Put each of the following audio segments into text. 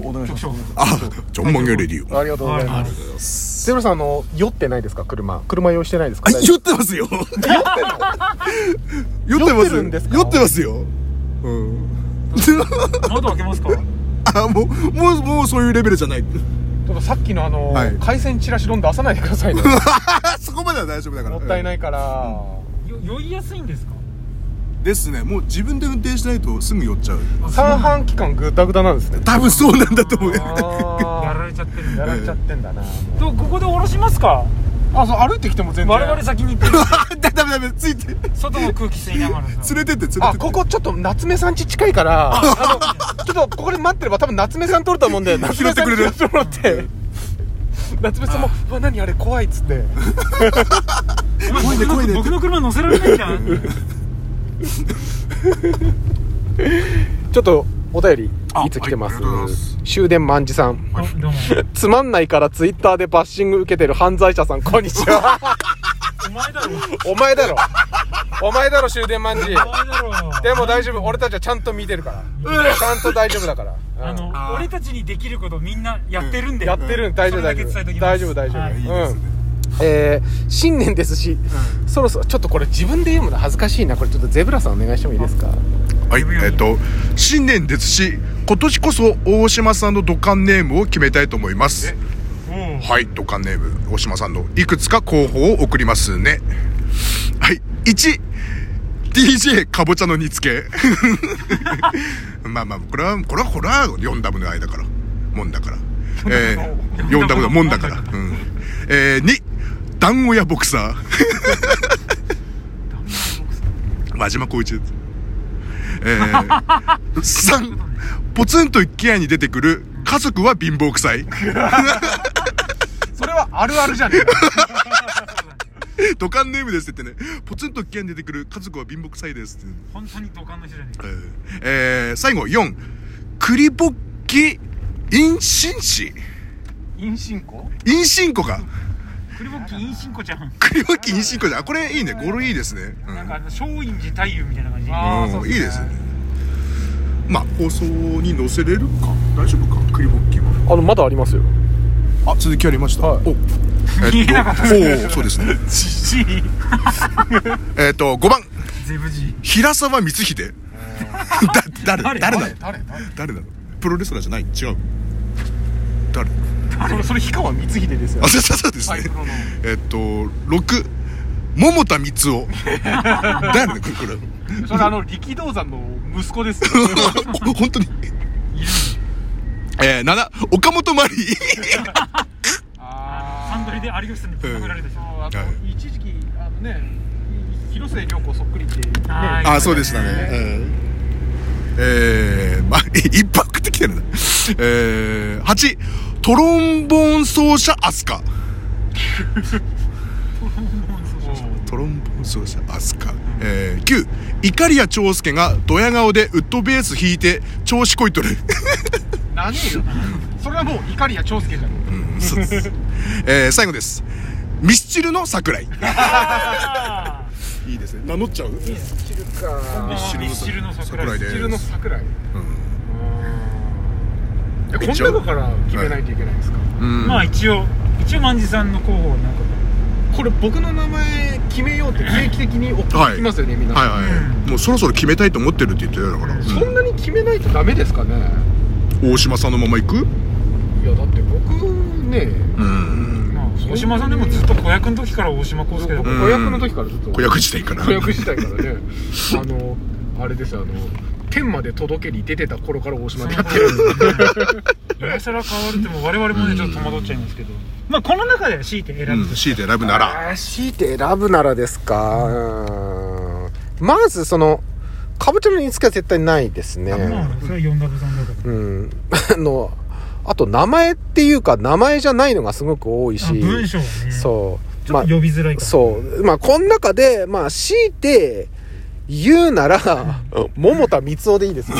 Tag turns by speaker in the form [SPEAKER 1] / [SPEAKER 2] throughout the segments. [SPEAKER 1] お願いします
[SPEAKER 2] あジョンマンゲレディオ
[SPEAKER 3] ありがとうございます。ゼロさん、あの、酔ってないですか車。車用意してないですか
[SPEAKER 2] あ酔ってますよ酔ってま
[SPEAKER 3] 酔っ
[SPEAKER 2] す
[SPEAKER 3] てるんですか
[SPEAKER 2] 酔ってますようん
[SPEAKER 1] 窓開けますか
[SPEAKER 2] あもうもうもうそういうレベルじゃない
[SPEAKER 3] ちょっとさっきのあの、
[SPEAKER 2] はい
[SPEAKER 3] 海鮮チラシ丼出さないでくださいね。
[SPEAKER 2] そこまでは大丈夫だから
[SPEAKER 3] もったい
[SPEAKER 2] い
[SPEAKER 3] ないから。
[SPEAKER 1] よ酔いやすいんですか
[SPEAKER 2] ですねもう自分で運転しないとすぐ酔っちゃう
[SPEAKER 3] 三半期間グダグダなんですね。
[SPEAKER 2] 多分そうなんだと思う
[SPEAKER 1] やら
[SPEAKER 3] あ
[SPEAKER 1] れちゃって る
[SPEAKER 3] ーや
[SPEAKER 1] ん
[SPEAKER 3] られちゃってんだな。
[SPEAKER 1] とここで降ろしますか
[SPEAKER 3] あ、そう、歩いてきても全然。
[SPEAKER 1] 我々先に行って
[SPEAKER 2] だダメダメついて連
[SPEAKER 1] 外の空気吸いながらさ
[SPEAKER 2] れてって連れてって
[SPEAKER 3] あ、ここちょっと夏目さん家近い から、あの、ちょっとここで待ってれば多分夏目さん撮ると思うんで、夏目さんに 拾ってもら って。夏目さんも、うわ、何あれ怖いっつって。
[SPEAKER 2] 怖いね怖いね
[SPEAKER 1] 僕の車乗せられないじゃん
[SPEAKER 3] ちょっと、お便り
[SPEAKER 2] あ、
[SPEAKER 3] いつ来てま
[SPEAKER 2] は
[SPEAKER 3] す
[SPEAKER 2] いありがとうございます。
[SPEAKER 3] 終電万事さん。
[SPEAKER 1] あどうも
[SPEAKER 3] つまんないからツイッターでバッシング受けてる犯罪者さん、こんにちは。
[SPEAKER 1] お前だろ
[SPEAKER 3] お前だろ。お前だろ、終電万事。
[SPEAKER 1] お前だろ
[SPEAKER 3] でも大丈夫。俺たちはちゃんと見てるから。ちゃんと大丈夫だから。
[SPEAKER 1] あの
[SPEAKER 2] あー
[SPEAKER 1] 俺たちにできることみんなやってるんで
[SPEAKER 3] やってるん大丈夫大丈夫
[SPEAKER 1] それだけ伝えときます
[SPEAKER 3] 大丈夫大丈夫
[SPEAKER 1] はい
[SPEAKER 2] いいですね
[SPEAKER 3] えー新年ですし、そろそろちょっとこれ自分で読むの恥ずかしいなこれちょっとゼブラさんお願いしてもいいですか
[SPEAKER 2] はい、えっと、新年ですし、今年こそ大島さんの土管ネームを決めたいと思います。
[SPEAKER 1] うん
[SPEAKER 2] はい、土管ネーム、大島さんのいくつか候補を送りますね。はい、1、DJ かぼちゃの煮付け。 まあまあ、これは、これは、これは4ダブの間から、もんだから。えー、4ダブのもんだから。うん。えー、2、団子屋ボクサー。和島光一です。えー、3、ポツンと一軒家に出てくる家族は貧乏くさい。
[SPEAKER 3] それはあるあるじゃねえか
[SPEAKER 2] 土管ネームですって言ってね、ポツンと一軒家に出てくる家族は貧乏くさいですってね。
[SPEAKER 1] 本当に土管の人じゃねえか
[SPEAKER 2] えー、最後4、栗ぼっき、陰心子。
[SPEAKER 3] 陰進行
[SPEAKER 2] 陰心子か。
[SPEAKER 1] 栗ぼっき陰進子ちゃん
[SPEAKER 2] 栗ぼっき陰心子じゃん。あこれいいね。語呂いいですね。うん。
[SPEAKER 1] なんかあの松陰寺太夫みたいな感じ
[SPEAKER 3] あー
[SPEAKER 2] うん
[SPEAKER 3] そう
[SPEAKER 2] いい
[SPEAKER 3] で
[SPEAKER 2] ですす
[SPEAKER 3] ね
[SPEAKER 2] ね。まあ、放送に載せれるか。大丈夫か。栗ぼっきは。
[SPEAKER 3] あのまだありますよ
[SPEAKER 2] あ、続きありました。
[SPEAKER 3] はい
[SPEAKER 2] お。
[SPEAKER 1] 見えなかった
[SPEAKER 2] えっと、おーそうですね。
[SPEAKER 1] じじい
[SPEAKER 2] えっと、5番、
[SPEAKER 1] ゼブじい
[SPEAKER 2] 平沢光秀。だ、誰、誰
[SPEAKER 1] 誰
[SPEAKER 2] なの
[SPEAKER 3] 誰誰
[SPEAKER 2] 誰なのプロレスラーじゃない違う誰
[SPEAKER 3] それそれ氷川光秀です よ
[SPEAKER 2] あそうそうそうですねえっと6桃田光雄 誰だこれこれ
[SPEAKER 3] それあの力道山の息子ですよ
[SPEAKER 2] お 本当にえー、7岡本麻里
[SPEAKER 3] あ
[SPEAKER 1] サンドリで有吉さんにぶっ殴られた人
[SPEAKER 3] あ
[SPEAKER 2] とはい
[SPEAKER 3] 一時期あのね広末涼子そっくりって
[SPEAKER 1] あー
[SPEAKER 2] あそうでしたね、うんえー、まあ一泊ってきてるなえー、8トロンボーン奏者アスカトロンボーン奏者アスカ、えー、9イカリア長介がドヤ顔でウッドベース弾いて調子こいとる
[SPEAKER 3] 何よそれはもう怒りや長介じゃん
[SPEAKER 2] そうです えー、最後ですミスチルの桜井いいですね名乗っちゃうミス
[SPEAKER 3] 知るか
[SPEAKER 1] ミスチルの桜井
[SPEAKER 2] 井です
[SPEAKER 3] 知るの桜井
[SPEAKER 2] うん
[SPEAKER 3] えこんなのから決めないといけないんですか、
[SPEAKER 2] うん
[SPEAKER 1] まあ一応一応万次さんの候補なんか
[SPEAKER 3] これ僕の名前決めようって定期的に送ってきますよね、みんな、
[SPEAKER 2] はいはい、もうそろそろ決めたいと思ってるって言ってたから、
[SPEAKER 3] そんなに決めないとダメですかね
[SPEAKER 2] 大島さんのまま行く
[SPEAKER 3] いやだって僕ね
[SPEAKER 2] うん
[SPEAKER 1] まあ大島さんでもずっと子役の時から大島康介だから
[SPEAKER 3] 僕子役の時からずっと
[SPEAKER 2] 子役時代から
[SPEAKER 3] 子役時代 からねあのあれですよあの天まで届けに出てた頃から大島でやってる
[SPEAKER 1] 今更変わるっても我々もねちょっと戸惑っちゃいますけどまあこの中で強いて選
[SPEAKER 2] うん
[SPEAKER 1] ぶとし
[SPEAKER 2] 強いて選ぶなら
[SPEAKER 3] あー強いて選ぶならですかうーんまずそのかぼちゃの煮つけは絶対ないですね
[SPEAKER 1] まあそれは四ダブさんだから
[SPEAKER 3] うん、 あのあと名前っていうか名前じゃないのがすごく多いし
[SPEAKER 1] あ文章はね
[SPEAKER 3] そう
[SPEAKER 1] ちょ
[SPEAKER 3] ま
[SPEAKER 1] っ
[SPEAKER 3] あ
[SPEAKER 1] と呼びづらいから
[SPEAKER 3] そうまあこの中でまあ強いて言うなら桃田光雄でいい ですよ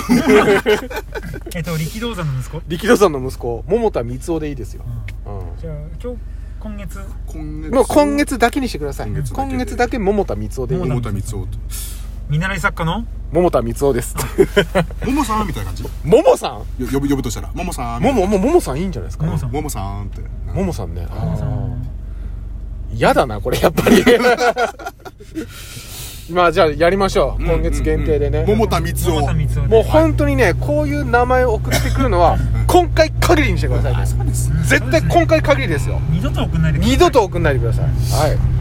[SPEAKER 1] えっと力道山の息子
[SPEAKER 3] 力道山の息子桃田光雄でいいですよ、うん
[SPEAKER 1] じゃあ今日今月
[SPEAKER 2] 今月
[SPEAKER 3] もう今月だけにしてください今月だけ桃田光雄でいい
[SPEAKER 2] 桃田光雄と
[SPEAKER 1] 見習い作家の
[SPEAKER 3] 桃田光雄です。
[SPEAKER 2] ももさんみたいな感じよ
[SPEAKER 3] ももさん
[SPEAKER 2] 呼ぶ呼ぶとしたらももさん
[SPEAKER 3] もも、ももさんいいんじゃないですか
[SPEAKER 1] ももさん
[SPEAKER 2] ももさんって
[SPEAKER 3] ももさんね。嫌だな、これ、やっぱり。 まあ、じゃあ、やりましょう。今月限定でね。
[SPEAKER 2] 桃田光
[SPEAKER 1] 桃
[SPEAKER 2] 雄
[SPEAKER 1] 田光雄
[SPEAKER 3] もう
[SPEAKER 1] で
[SPEAKER 3] 本当にね、こういう名前を送ってくるのは、今回限りにしてくださいね。
[SPEAKER 2] そうです
[SPEAKER 3] 絶対今回限りですよ。
[SPEAKER 1] 二度と送んないでください
[SPEAKER 3] 二度と送んないでください。はい。